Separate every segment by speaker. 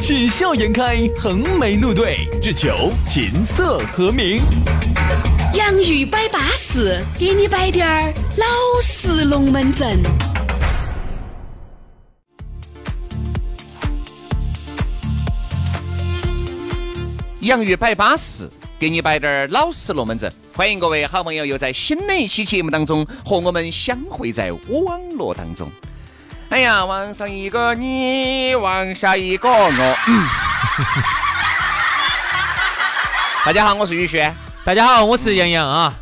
Speaker 1: 喜笑颜开，横眉怒对，只求琴瑟和鸣。
Speaker 2: 洋芋摆巴士，给你摆点儿老式龙门阵。
Speaker 3: 洋芋摆巴适，给你摆点儿老实龙门阵。欢迎各位好朋友又在新的一期节目当中和我们相会在网络当中。哎呀，往上一个你，往下一个我。嗯 大家好，我是宇轩。
Speaker 4: 大家好，我是杨洋啊。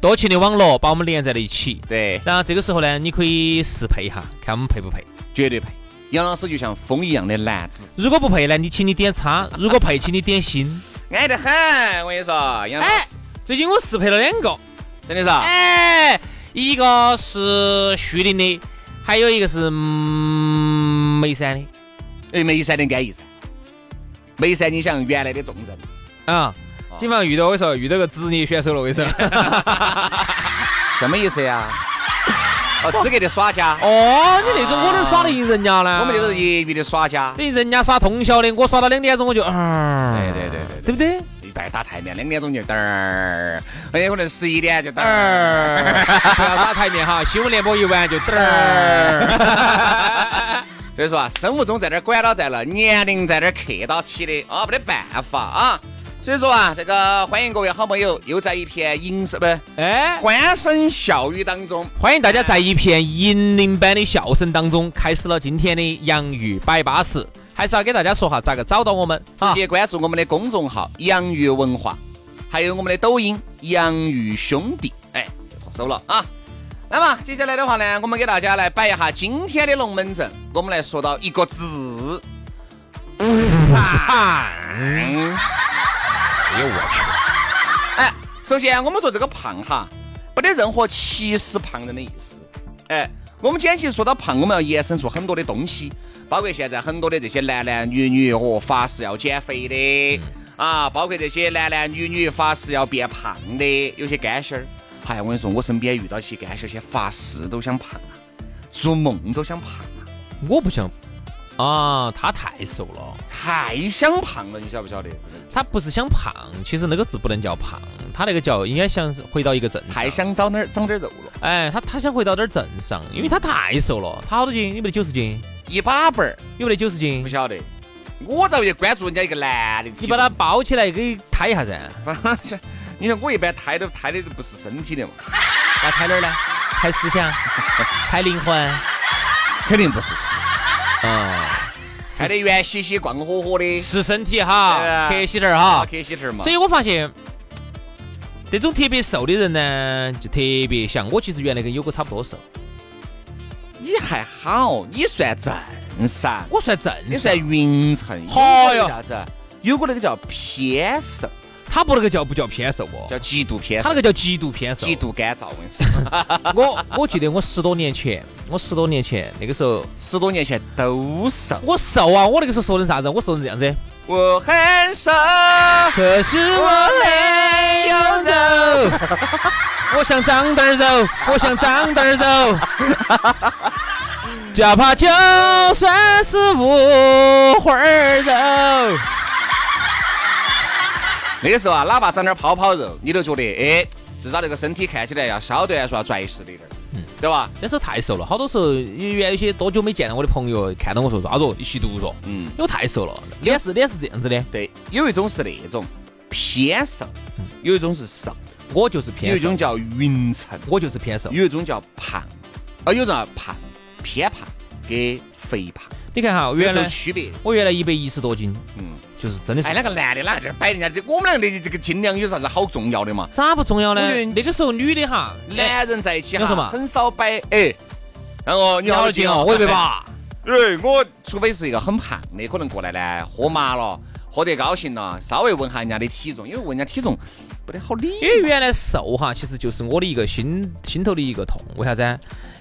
Speaker 4: 多情的网络把我们连在了一起，
Speaker 3: 对，
Speaker 4: 然后这个时候呢，你可以适配一下，看我们配不配。
Speaker 3: 绝对配。杨老师就像风一样的男子，
Speaker 4: 如果不配呢，你请你点叉；如果配，请你点心。
Speaker 3: 矮得很。我跟你说，杨老
Speaker 4: 哎
Speaker 3: 师，
Speaker 4: 最近我适配了两个，
Speaker 3: 真的是啊，
Speaker 4: 哎，一个是呃徐凌的，还有一个是嗯梅山的
Speaker 3: 哎，眉山的安逸噻。眉山，你想原来的重症，
Speaker 4: 啊。
Speaker 3: 经
Speaker 4: 常遇到我跟你说，遇到个职业选手了，我跟你 说。
Speaker 3: 什么意思呀？哦，资格的耍家。
Speaker 4: 哦，你那种我哪耍得赢人家呢？
Speaker 3: 我们这个是业余的耍家，
Speaker 4: 等于人家耍通宵的，我耍到两点钟我就啊。
Speaker 3: 对对对对对
Speaker 4: 对不对？
Speaker 3: 一般打台面，两点钟就嘚儿，而且可能十一点就嘚儿。
Speaker 4: 儿，不 要啊打台面哈，新闻联播一完就嘚儿。
Speaker 3: 所以说啊，生物钟在这儿管到在了，年龄在这儿刻到起的啊，没得办法啊。所以说啊，这个欢迎各位好朋友又在一片银色不是
Speaker 4: 哎，
Speaker 3: 欢声笑语当中，
Speaker 4: 欢迎大家在一片银铃般的笑声当中，开始了今天的洋芋摆巴士。还是要给大家说哈，咋个找到我们
Speaker 3: 直
Speaker 4: 啊？
Speaker 3: 接关注我们的公众号“洋芋文化”，还有我们的抖音“洋芋兄弟”，哎，就脱手了啊。那么接下来的话呢，我们给大家来摆一下今天的龙门阵，我们来说到一个字。啊胖，
Speaker 4: 嗯哎呦我去，
Speaker 3: 哎，首先我们说这个胖哈，没得任何歧视胖人的意思。哎，我们今天其实说到胖，我们要延伸出很多的东西，包括现在很多的这些男男女女哦，发誓要减肥的、啊，包括这些男男女女发誓要变胖的，有些干心儿。哎呀，我跟你说，我身边遇到一些干心儿，些发誓都想胖啊，做梦都想胖啊，
Speaker 4: 我不想啊，他太瘦了，
Speaker 3: 太想胖了，你晓不晓得？
Speaker 4: 他不是想胖，其实那个字不能叫胖，他那个叫应该想回到一个正常。
Speaker 3: 太想长点儿长点儿肉了，
Speaker 4: 哎，他他想回到点儿正上，因为他太瘦了，他好多斤？有没得九十斤？
Speaker 3: 一把本儿。
Speaker 4: 有没得九十斤
Speaker 3: 不？晓得，我咋会关注人家一个男的？
Speaker 4: 你把它，包起来给抬一下噻，
Speaker 3: 你看我一般抬都抬的都不是身体的嘛，
Speaker 4: 那抬哪儿呢？抬思想，抬灵魂，
Speaker 3: 肯定不是，
Speaker 4: 啊、
Speaker 3: 抬的圆兮兮、光火火的，
Speaker 4: 是身体哈，
Speaker 3: 对啊
Speaker 4: 客气点儿哈。
Speaker 3: 客气点儿嘛
Speaker 4: 所。以我发现，这种特别瘦的人呢，就特别像我。其实原来跟有哥差不多瘦，
Speaker 3: 你还好，你算正常，
Speaker 4: 我算正常，
Speaker 3: 你算匀称。
Speaker 4: 好
Speaker 3: 有个
Speaker 4: 哟
Speaker 3: 啥子？有个那个叫偏瘦，
Speaker 4: 他不那个叫不叫偏瘦哦？
Speaker 3: 叫极度偏
Speaker 4: 他那
Speaker 3: 瘦，
Speaker 4: 个叫极度偏瘦。
Speaker 3: 极度干燥。我跟你说，
Speaker 4: 啊我我记得我十多年前，我十多年前那个时候，
Speaker 3: 十多年前都瘦，
Speaker 4: 我瘦啊，我那个时候说成啥子？我说成这样子。
Speaker 3: 我很瘦，
Speaker 4: 可是我没 有肉，我想长点儿肉，我想长点儿肉，哪怕 就算是五花儿肉。
Speaker 3: 那个时候啊，哪怕长点泡泡肉，你都觉得，哎，至少那个身体看起来要稍对来说要拽实了一点儿，对吧？
Speaker 4: 那时候太瘦了，好多时候原有些多久没见了我的朋友，看到我说啥子哦，你吸毒嗦，
Speaker 3: 嗯。
Speaker 4: 因为我太瘦了，脸是脸是这样子的，
Speaker 3: 对，有一种是那种偏瘦，有一种是嗯瘦，
Speaker 4: 我就是
Speaker 3: 有
Speaker 4: 偏
Speaker 3: 一
Speaker 4: 瘦
Speaker 3: 种，叫匀称，
Speaker 4: 我就是偏瘦。
Speaker 3: 有一种叫胖，啊，有一种叫胖偏胖跟肥胖，
Speaker 4: 你看哈，
Speaker 3: 这
Speaker 4: 原
Speaker 3: 是
Speaker 4: 来
Speaker 3: 区别。
Speaker 4: 我原来一百一十多斤，
Speaker 3: 嗯，
Speaker 4: 就是真的是
Speaker 3: 哎，那个男的哪个这儿摆人家的，我们两个的这个斤两有啥子好重要的嘛？
Speaker 4: 咋不重要呢
Speaker 3: 我觉得？
Speaker 4: 那个时候女的哈，
Speaker 3: 哎男人在一起
Speaker 4: 有什
Speaker 3: 哈，
Speaker 4: 么
Speaker 3: 很少摆，哎，然后你
Speaker 4: 你好
Speaker 3: 好
Speaker 4: 斤
Speaker 3: 斤
Speaker 4: 哦，
Speaker 3: 哦，
Speaker 4: 我一百八，
Speaker 3: 哎，我除非是一个很胖的，可能过来呢喝麻了，喝得高兴了，稍微问下人家的体重，因为问人家体重不得好理。
Speaker 4: 因为原来瘦哈，其实就是我的一个心心头的一个痛，为啥子啊？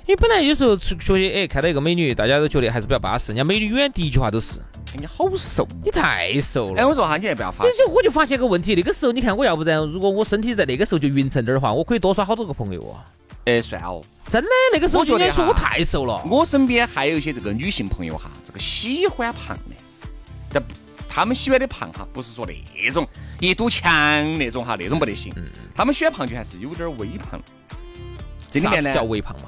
Speaker 4: 因为本来有时候出出去，哎，看到一个美女，大家都觉得还是比较巴适。人家美女永远第一句话都是
Speaker 3: 你好瘦，：“
Speaker 4: 你太瘦了。啊
Speaker 3: 哎，”我说哈，你也不要发
Speaker 4: 这就我就发现一个问题，那个时候你看，我要不然如果我身体在那个时候就匀称点儿的话，我可以多耍好多个朋友啊！
Speaker 3: 哎，算了哦，
Speaker 4: 真的，那个时候
Speaker 3: 我觉
Speaker 4: 就
Speaker 3: 得
Speaker 4: 应该说我
Speaker 3: 哈
Speaker 4: 太瘦了。
Speaker 3: 我身边还有一些这个女性朋友哈，这个喜欢胖的，但他们喜欢的胖哈，不是说那种一堵墙那种哈，那种不得行。
Speaker 4: 嗯
Speaker 3: 他们喜欢胖就还是有点微胖。这里面
Speaker 4: 啥
Speaker 3: 呢
Speaker 4: 子，叫微胖嘛？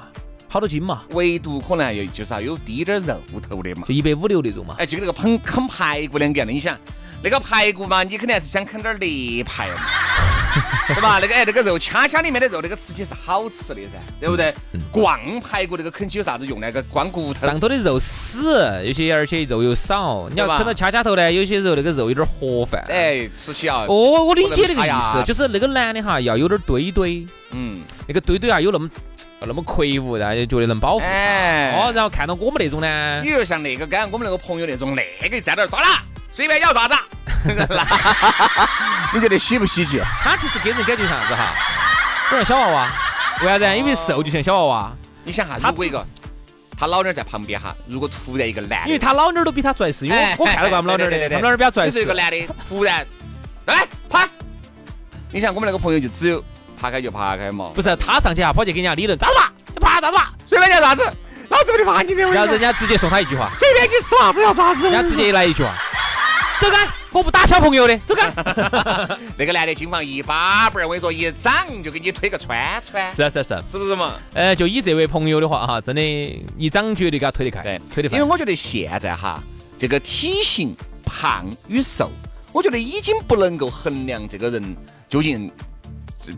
Speaker 4: 好多斤嘛，
Speaker 3: 唯独可能还有就是啊，有滴点儿肉头的嘛
Speaker 4: 就。一百五六那种嘛。
Speaker 3: 哎，就跟那个啃啃排骨两个样的，你想那个排骨嘛，你肯定还是想啃点儿肋排 嘛，对吧？那个哎，那个肉掐掐里面的肉，那个吃起是好吃的噻，对不对？
Speaker 4: 嗯
Speaker 3: 光排骨那个啃起有啥子用呢？那个光骨头。
Speaker 4: 上头的肉死，有些而且肉又少，你要
Speaker 3: 对吧
Speaker 4: 啃到掐掐头呢，有些肉那个肉有点盒饭。
Speaker 3: 哎，吃起啊，
Speaker 4: 哦，我理解那
Speaker 3: 哎
Speaker 4: 个意
Speaker 3: 呀
Speaker 4: 思，就是那个男的哈，要有点堆堆，
Speaker 3: 嗯，
Speaker 4: 那个堆堆啊有那么有那么魁梧，然后就觉得能保护。
Speaker 3: 哎，
Speaker 4: 哦，然后看到我们那种呢
Speaker 3: 你，就像那个刚刚我们那个朋友那种，那个站那儿抓啦，随便咬爪子， 你觉得喜不喜剧？
Speaker 4: 他其实给人感觉像啥子哈？有点小娃娃，为啥子啊？因为瘦就像小娃娃，
Speaker 3: 你想哈，
Speaker 4: 他
Speaker 3: 如果一个他老娘在旁边哈，如果突然一个男的，
Speaker 4: 因为他老妞儿都比他拽实，因为
Speaker 3: 哎
Speaker 4: 我我看到过他们老妞 儿
Speaker 3: 对
Speaker 4: 的，
Speaker 3: 对对对
Speaker 4: 他们老妞儿比他拽
Speaker 3: 就是
Speaker 4: 实
Speaker 3: 一个。男的突然来拍，你想我们那个朋友就只有爬开就爬开嘛，
Speaker 4: 不是他上去啊，跑去跟人家理论，咋子吧？你怕咋子吧？
Speaker 3: 随便聊啥子，老子不得怕你的，我跟你
Speaker 4: 然后
Speaker 3: 说
Speaker 4: 人家直接送他一句话，
Speaker 3: 随便你说啥子要啥子，
Speaker 4: 人家直接来一句话，走开，我不打小朋友的，走开。
Speaker 3: 那个男的金房一巴不儿，我跟你说一掌就给你推个穿穿，
Speaker 4: 是啊是啊是啊，
Speaker 3: 是不是嘛？
Speaker 4: 呃，就以这位朋友的话哈，真的，一掌绝对给他推得开，
Speaker 3: 对，
Speaker 4: 推得翻
Speaker 3: 因为。我觉得现在哈，这个体型胖与瘦，我觉得已经不能够衡量这个人究竟这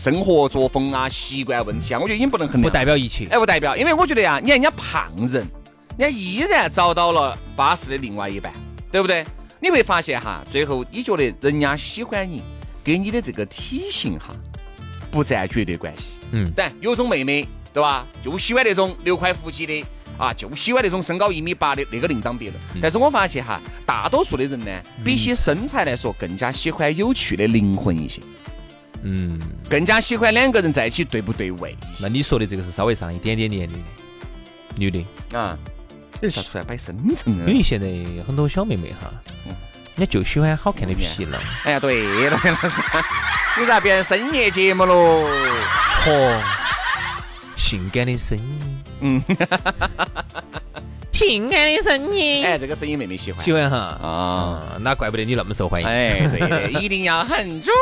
Speaker 3: 生活作风啊、习惯问题啊，我觉得已经不能衡量。
Speaker 4: 不代表一切。
Speaker 3: 哎，不代表，因为我觉得呀，你看人家胖人，人家依然找到了巴适的另外一半，对不对？你会发现哈，最后你觉得人家喜欢你，跟你的这个体型哈不占绝对关系。
Speaker 4: 嗯
Speaker 3: 但有种妹妹，对吧？就喜欢那种六块腹肌的啊，就喜欢那种身高一米八的，那个另当别论。
Speaker 4: 嗯
Speaker 3: 但是我发现哈，大多数的人呢，比起身材来说，更加喜欢有趣的灵魂一些，
Speaker 4: 嗯，
Speaker 3: 更加喜欢两个人在一起对不对味一些
Speaker 4: 那你说的这个是稍微上一点点年龄的女的，
Speaker 3: 啊。为啥出来摆深层呢
Speaker 4: 因？为现在很多小妹妹哈，
Speaker 3: 嗯
Speaker 4: 人家就喜欢好看的皮囊。
Speaker 3: 哎呀，对了，杨老师，有啥别人深夜节目喽？
Speaker 4: 嚯，性感的声音，
Speaker 3: 嗯，
Speaker 4: 性感的声音，
Speaker 3: 哎，这个声音妹妹喜欢
Speaker 4: 喜欢哈
Speaker 3: 啊。
Speaker 4: 啊，那怪不得你那么受欢迎。
Speaker 3: 哎，对的，一定要很重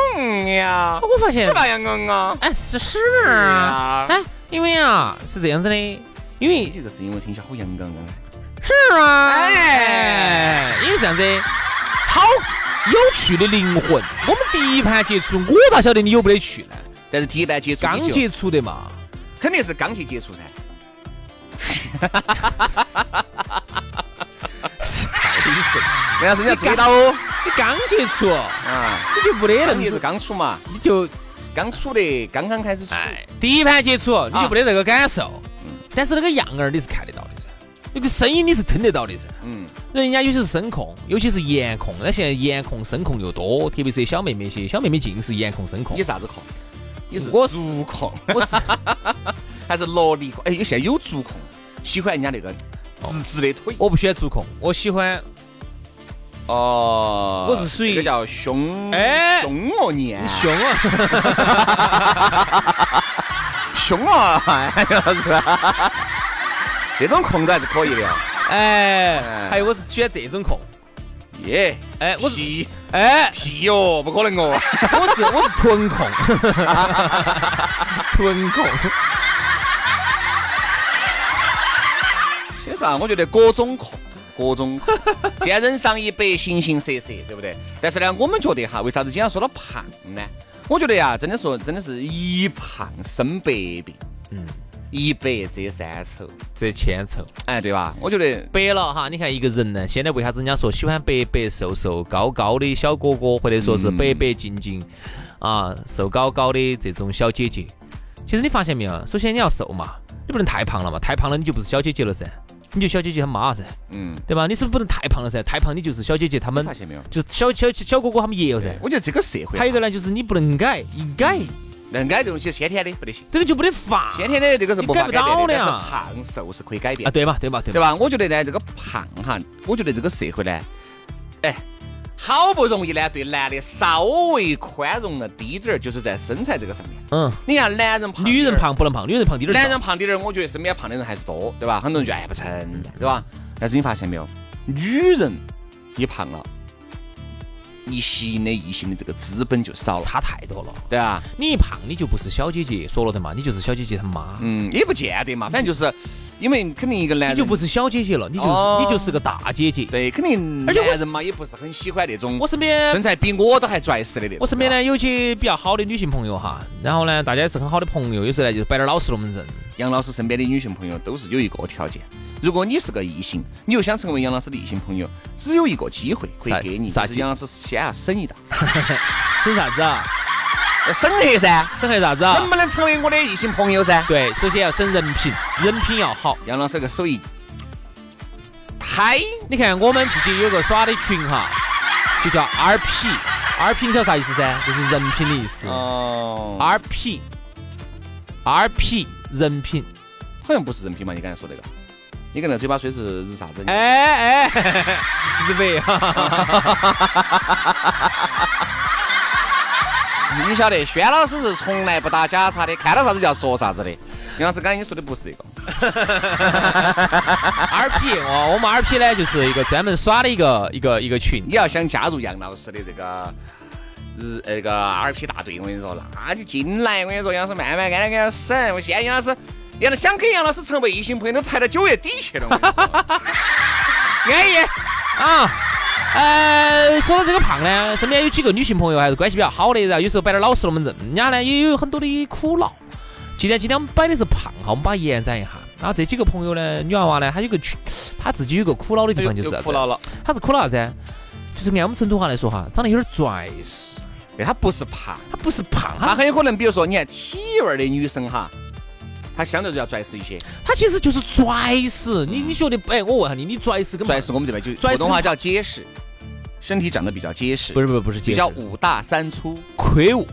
Speaker 3: 要，
Speaker 4: 啊我发 现
Speaker 3: 是，吧，杨哥啊？
Speaker 4: 哎，是是啊，
Speaker 3: 啊，
Speaker 4: 哎，因为啊是这样子的，因为
Speaker 3: 你这个声音我听起来好阳刚刚。
Speaker 4: 是啊，
Speaker 3: 哎
Speaker 4: 哎，因为啥子？好有趣的灵魂，我们第一盘接触，我咋晓得你有没得去呢？
Speaker 3: 但是第一般接触
Speaker 4: 刚
Speaker 3: 你就
Speaker 4: 接触的嘛，
Speaker 3: 肯定是刚去接触 噻。太神，杨老师，你要注意到哦。
Speaker 4: 你刚接触你
Speaker 3: 啊，
Speaker 4: 就没得
Speaker 3: 肯
Speaker 4: 那
Speaker 3: 定是
Speaker 4: 么，
Speaker 3: 刚处嘛，
Speaker 4: 你就
Speaker 3: 刚处的，刚刚开始处。
Speaker 4: 哎，第一盘接触你
Speaker 3: 啊
Speaker 4: 就没得那个感受，但是那个样儿你是看得到的噻，那个声音你是听得到的噻。
Speaker 3: 嗯，
Speaker 4: 人家有些是声控，尤其是颜控，那现在颜控、声控又多，特别是小妹妹些，小妹妹尽是颜控、声控
Speaker 3: 你。啥子控？你是
Speaker 4: 我是
Speaker 3: 足控。
Speaker 4: 我是
Speaker 3: 还是萝莉控？哎，有现在有足控，喜欢人家那个直直的腿。
Speaker 4: 我不喜欢足控，我喜 欢
Speaker 3: 哦
Speaker 4: 我是属于
Speaker 3: 这个叫胸，
Speaker 4: 哎
Speaker 3: 胸哦你啊，
Speaker 4: 凶啊。
Speaker 3: 胸哦，哎呀是， 这种控制还是可以的哦。
Speaker 4: 哎
Speaker 3: 哎，
Speaker 4: 还有我是喜欢这种控，
Speaker 3: 耶，
Speaker 4: 哎，我是
Speaker 3: 屁
Speaker 4: 哎，
Speaker 3: 屁哟，不可能哦。
Speaker 4: 我是我是臀控，臀控，
Speaker 3: 其实啊，我觉得各种控，各种 控，现在人上一百，形形色色，对不对？但是呢，我们觉得哈，为啥子经常说到胖呢？我觉得呀，真的说，真的是一胖生百病，
Speaker 4: 嗯，
Speaker 3: 一白遮三丑，
Speaker 4: 这千愁。
Speaker 3: 哎，对吧？我觉得
Speaker 4: 白了哈，你看一个人呢，现在为啥子人家说喜欢白白瘦瘦、高高的小哥哥，或者说是白白净净啊、瘦高高的这种小姐啊姐？其实你发现没有？首先你要瘦嘛，你不能太胖了嘛，太胖了你就不是小姐姐了噻，你就小姐姐他妈噻，
Speaker 3: 嗯，
Speaker 4: 对吧？你是不是不能太胖了噻？太胖你就是小姐姐他们
Speaker 3: 发，现没有？
Speaker 4: 就是小小小哥哥他们爷了噻。
Speaker 3: 我觉得这个社会啊，
Speaker 4: 还有一个呢，就是你不能改，一改
Speaker 3: 能改这东西先天的不得行，
Speaker 4: 这个就没得法。
Speaker 3: 先天的这个是
Speaker 4: 你
Speaker 3: 不
Speaker 4: 啊改
Speaker 3: 法
Speaker 4: 不
Speaker 3: 变
Speaker 4: 到
Speaker 3: 的，
Speaker 4: 的
Speaker 3: 但
Speaker 4: 呀
Speaker 3: 是胖瘦是可以改变
Speaker 4: 啊，。对嘛，对嘛，对
Speaker 3: 对
Speaker 4: 嘛。
Speaker 3: 吧？我觉得呢，这个胖哈，我觉得这个社会呢，哎，好不容易呢对男的稍微宽容了低点儿，就是在身材这个上面。
Speaker 4: 嗯，
Speaker 3: 你看男人胖，
Speaker 4: 女人，胖不能胖，女人胖低点儿
Speaker 3: 男
Speaker 4: 少。
Speaker 3: 人胖点儿，我觉得身边胖的人还是多，对吧？很多人就哎不成，对吧？但是你发现没有，女人一胖了，你吸引的异性的这个资本就少了，
Speaker 4: 差太多了。
Speaker 3: 对吧？
Speaker 4: 你一胖，你就不是小姐姐，说了的嘛，你就是小姐姐她妈，
Speaker 3: 嗯，也不见得嘛，反正就是，因为肯定一个男
Speaker 4: 你
Speaker 3: 人
Speaker 4: 就不是小姐姐了，你就是
Speaker 3: 哦
Speaker 4: 你就是个大姐姐。
Speaker 3: 对，肯定
Speaker 4: 而且我
Speaker 3: 男人嘛也不是很喜欢那种
Speaker 4: 我身 边
Speaker 3: 身材比我都还拽实的那种。
Speaker 4: 我身边
Speaker 3: 对吧
Speaker 4: 呢有些比较好的女性朋友哈，然后呢，大家也是很好的朋友，有时候呢就是摆点老实龙门阵。
Speaker 3: 杨老师身边的女性朋友都是有一个条件，如果你是个异性，你又想成为杨老师的异性朋友，只有一个机会可
Speaker 4: 啥
Speaker 3: 以给你，
Speaker 4: 啥
Speaker 3: 就是
Speaker 4: 机
Speaker 3: 杨老师先要审一道，
Speaker 4: 省啥子啊？
Speaker 3: 要审核呃噻，
Speaker 4: 省还啥子啊
Speaker 3: 能？不能成为我的异性朋友噻？
Speaker 4: 对，首先要省人品，人品要好。
Speaker 3: 杨老师这个手艺太
Speaker 4: 你看我们自己有个耍的群哈，就叫 R P。R P 你晓得啥意思噻？就是人品的意思。
Speaker 3: 哦，
Speaker 4: R P R P 人品。
Speaker 3: 好像不是人品嘛，你刚才说那个，你跟那嘴巴水是是啥子？
Speaker 4: 哎 哎，日本哈哈哈
Speaker 3: 你晓得，轩老师是从来不打假叉的，看到啥子就要说啥子的。杨老师刚才你说的不是这个，
Speaker 4: ，R P 哦，我们 R P 呢就是一个专门耍的一个一个一个群。
Speaker 3: 你要想加入杨老师的这个日那个 RP 大队，我跟你说，那就进来。我跟你说，杨老师慢慢安安审。我现在杨老师，杨老师想跟杨老师成为异性朋友，都抬到九月底去了。我跟你说，安逸。
Speaker 4: 啊。呃，说到这个胖呢，身边有几个女性朋友还是关系比较好的，然后有时候摆点老实龙门阵，人家呢也有很多的苦恼。既然今天我们摆的是胖哈，我们把它延展一下。然后这几个朋友呢，女娃娃呢，她有个群，她自己有个苦恼的地方 就是啥子？
Speaker 3: 了。
Speaker 4: 她是苦恼啥子？就是按我们成都话来说哈，长得有点拽实，
Speaker 3: 哎，他不是胖，
Speaker 4: 她不是胖，
Speaker 3: 他
Speaker 4: 她
Speaker 3: 很有可能，比如说，你看体味儿的女生哈，她相对就要拽实一些。
Speaker 4: 她其实就是拽实。你你觉得？哎，我问下你，你拽实跟
Speaker 3: 拽实，我们这边就
Speaker 4: 拽实
Speaker 3: 普通话叫结实，身体长得比较结实，
Speaker 4: 不是不是不是
Speaker 3: 比较五大三粗。
Speaker 4: 魁梧？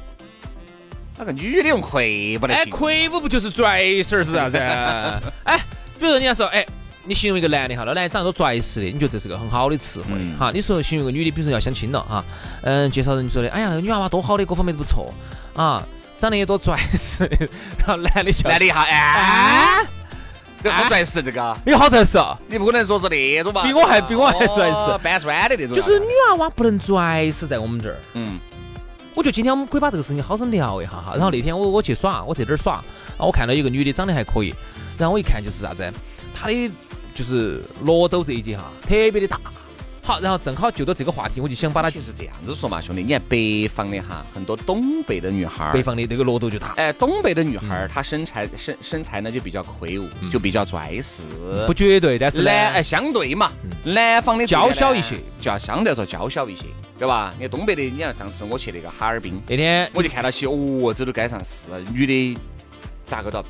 Speaker 3: 那个女的用魁不得
Speaker 4: 哎，
Speaker 3: 行。
Speaker 4: 魁梧不就是拽实儿是啥子？ 哎，比如说人家说，哎，你形容一个男的哈，那男的长得都拽实的，你觉得这是个很好的词汇、
Speaker 3: 嗯
Speaker 4: 哈？你说形容一个女的，比如说要相亲了哈，嗯，介绍人说的，哎呀，那个女娃娃多好的，各方面都不错啊，长得也多拽实的，然后男的就
Speaker 3: 男的一下，
Speaker 4: 啊
Speaker 3: 哎，这好拽实这个，
Speaker 4: 有好才是啊，
Speaker 3: 你不可能说是那种吧？
Speaker 4: 比我还比我还拽实
Speaker 3: 哦搬砖的那种。
Speaker 4: 就是女，娃娃不能拽实在我们这儿。
Speaker 3: 嗯，
Speaker 4: 我觉得今天我们可以把这个事情好生聊一下哈。然后那天我我去耍，我在这儿耍，啊，我看到有个女的长得还可以，然后我一看就是啥子，她的就是罗兜这一节哈特别的大。好，然后正好就到这个话题，我就想把她
Speaker 3: 其实这样子说嘛，兄弟，你看北方的哈，很多东北的女孩儿，
Speaker 4: 北方的那个罗兜就大，
Speaker 3: 哎，东北的女孩儿，她身材身身材呢就比较魁梧，就比较拽实。
Speaker 4: 不绝对，但是呢，
Speaker 3: 嗯南哎
Speaker 4: 哎，
Speaker 3: 相对嘛，南方的
Speaker 4: 娇小一些，
Speaker 3: 较相对来说娇小一些，对吧？你看东北的，你看上次我去那个哈尔滨，
Speaker 4: 那天
Speaker 3: 我就看到起，哦，走到街上是女的，咋个到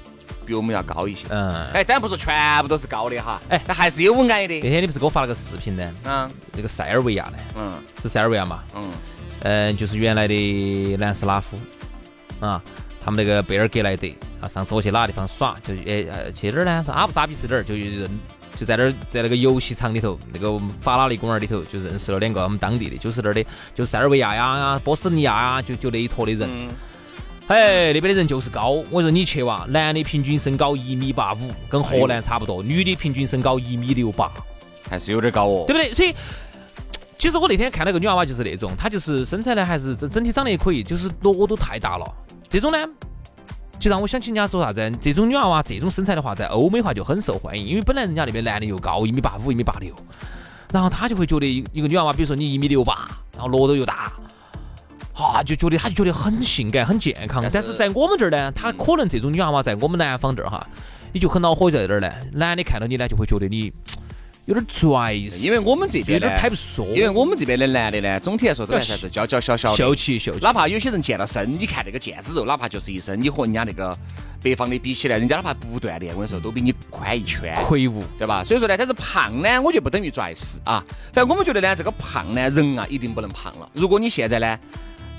Speaker 3: 比我们要高一些。
Speaker 4: 嗯，
Speaker 3: 哎，当然不是全部都是高的哈，
Speaker 4: 哎
Speaker 3: 哎，但还是有矮
Speaker 4: 那
Speaker 3: 的。
Speaker 4: 天你不是给我发了个视频呢？
Speaker 3: 嗯
Speaker 4: 那个塞尔维亚呢，
Speaker 3: 嗯
Speaker 4: 是塞尔维亚嘛？
Speaker 3: 嗯，
Speaker 4: 嗯，就是原来的南斯拉夫啊，他们那个贝尔格莱德啊，上次我去哪个地方耍，就哎呃去哪儿呢？是阿布扎比是哪儿？就认就在那儿，在那个游戏场里头，那个法拉利公园里头，就认识了两个我们当地的，就是那儿的，就塞尔维亚呀、啊波斯尼亚呀，就就那一坨的人。
Speaker 3: 嗯
Speaker 4: 哎，那边的人就是高，我说你去哇，男的平均身高一米八五，跟河南差不多，女的平均身高一米六八。
Speaker 3: 还是有点高哦
Speaker 4: 对。不对？所以。其实我那天看到一个女娃娃，就是那种，她就是身材呢，还是整整体长得也可以，就是额度太大了。这种呢，就让我想起人家说啥子，这种女娃娃这种身材的话，在欧美话就很受欢迎，因为本来人家那边男的又高，一米八五、一米八六，然后她就会觉得一一个女娃娃，比如说你一米六八，然后额头又大，啊，就觉得她就觉得很性感、很健康。
Speaker 3: 但是
Speaker 4: 但是在我们这儿呢，她可能这种女娃娃在我们南方这儿哈，你就很恼火在这儿呢，男的看到你呢，就会觉得你有点拽，
Speaker 3: 因为我们这边
Speaker 4: 有
Speaker 3: 呢
Speaker 4: 点拍不说，
Speaker 3: 因为我们这边的男的呢，总体来说都还算是娇娇小小
Speaker 4: 秀
Speaker 3: 的，
Speaker 4: 气秀气，
Speaker 3: 哪怕有些人健了身，你看那个腱子肉，哪怕就是一身，你和人家那个北方的比起来，人家哪怕不锻炼，我跟你说都比你宽一圈。
Speaker 4: 魁梧。
Speaker 3: 对吧？所以说呢，但是胖呢，我觉得不等于拽死啊。反正我们觉得呢，这个胖呢，人啊一定不能胖了。如果你现在呢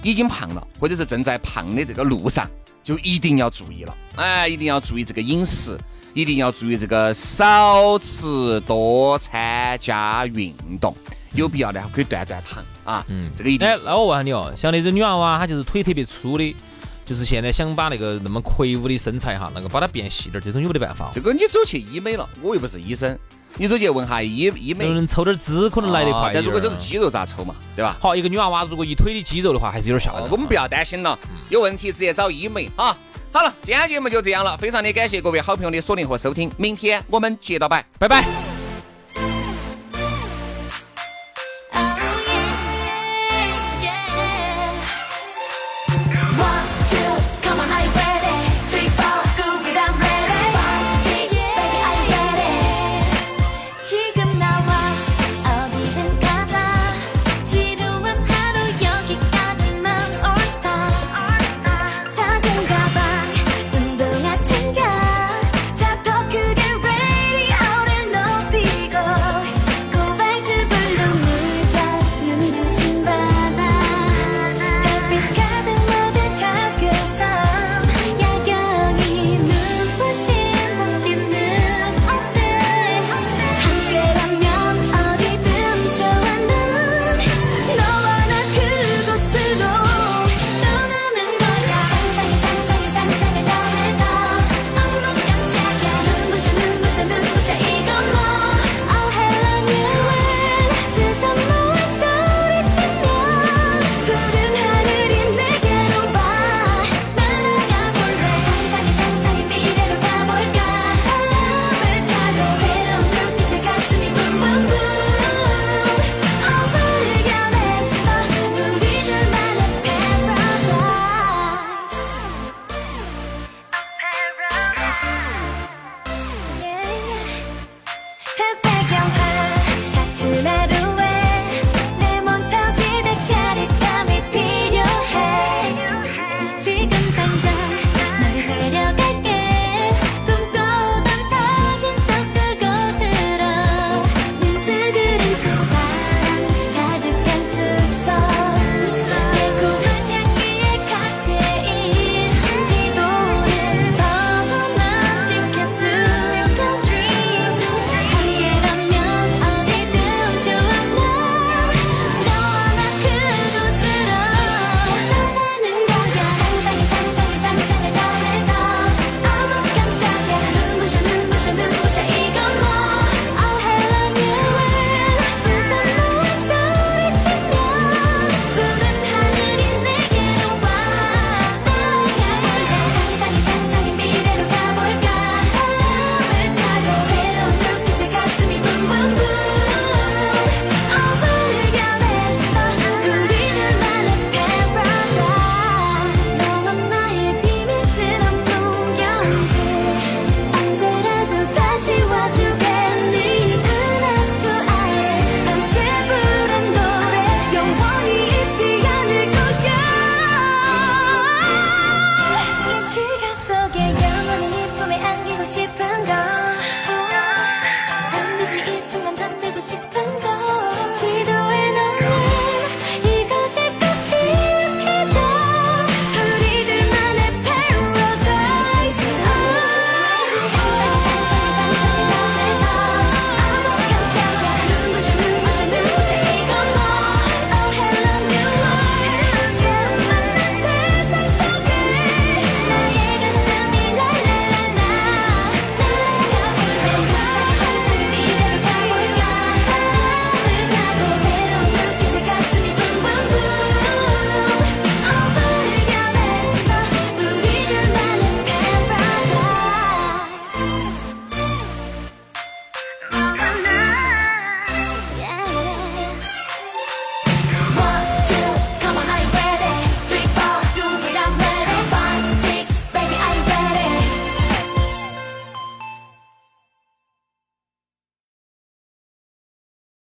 Speaker 3: 已经胖了，或者是正在胖的这个路上，就一定要注意了，哎，一定要注意这个饮食，一定要注意这个少吃多参加运动。有必要呢，可以断断糖啊，嗯，这个一定
Speaker 4: 哎
Speaker 3: 是，
Speaker 4: 那我问下你哦，像那种女娃娃，她就是腿特别粗的，就是现在想把那个那么魁梧的身材哈，那个把它变细点儿，这种有没得办法哦？
Speaker 3: 这个你走去医美了，我又不是医生，你走去问下医医美，
Speaker 4: 能抽点脂可能来得
Speaker 3: 啊
Speaker 4: 快一点儿。
Speaker 3: 但如果这是肌肉咋抽嘛，对吧？
Speaker 4: 好，一个女娃娃如果一腿的肌肉的话，还是有点吓人
Speaker 3: 哦
Speaker 4: 的。
Speaker 3: 我们不要担心了，有问题直接找医美啊。好了，今天节目就这样了，非常的感谢各位好朋友的锁定和收听，明天我们接着拜，拜拜。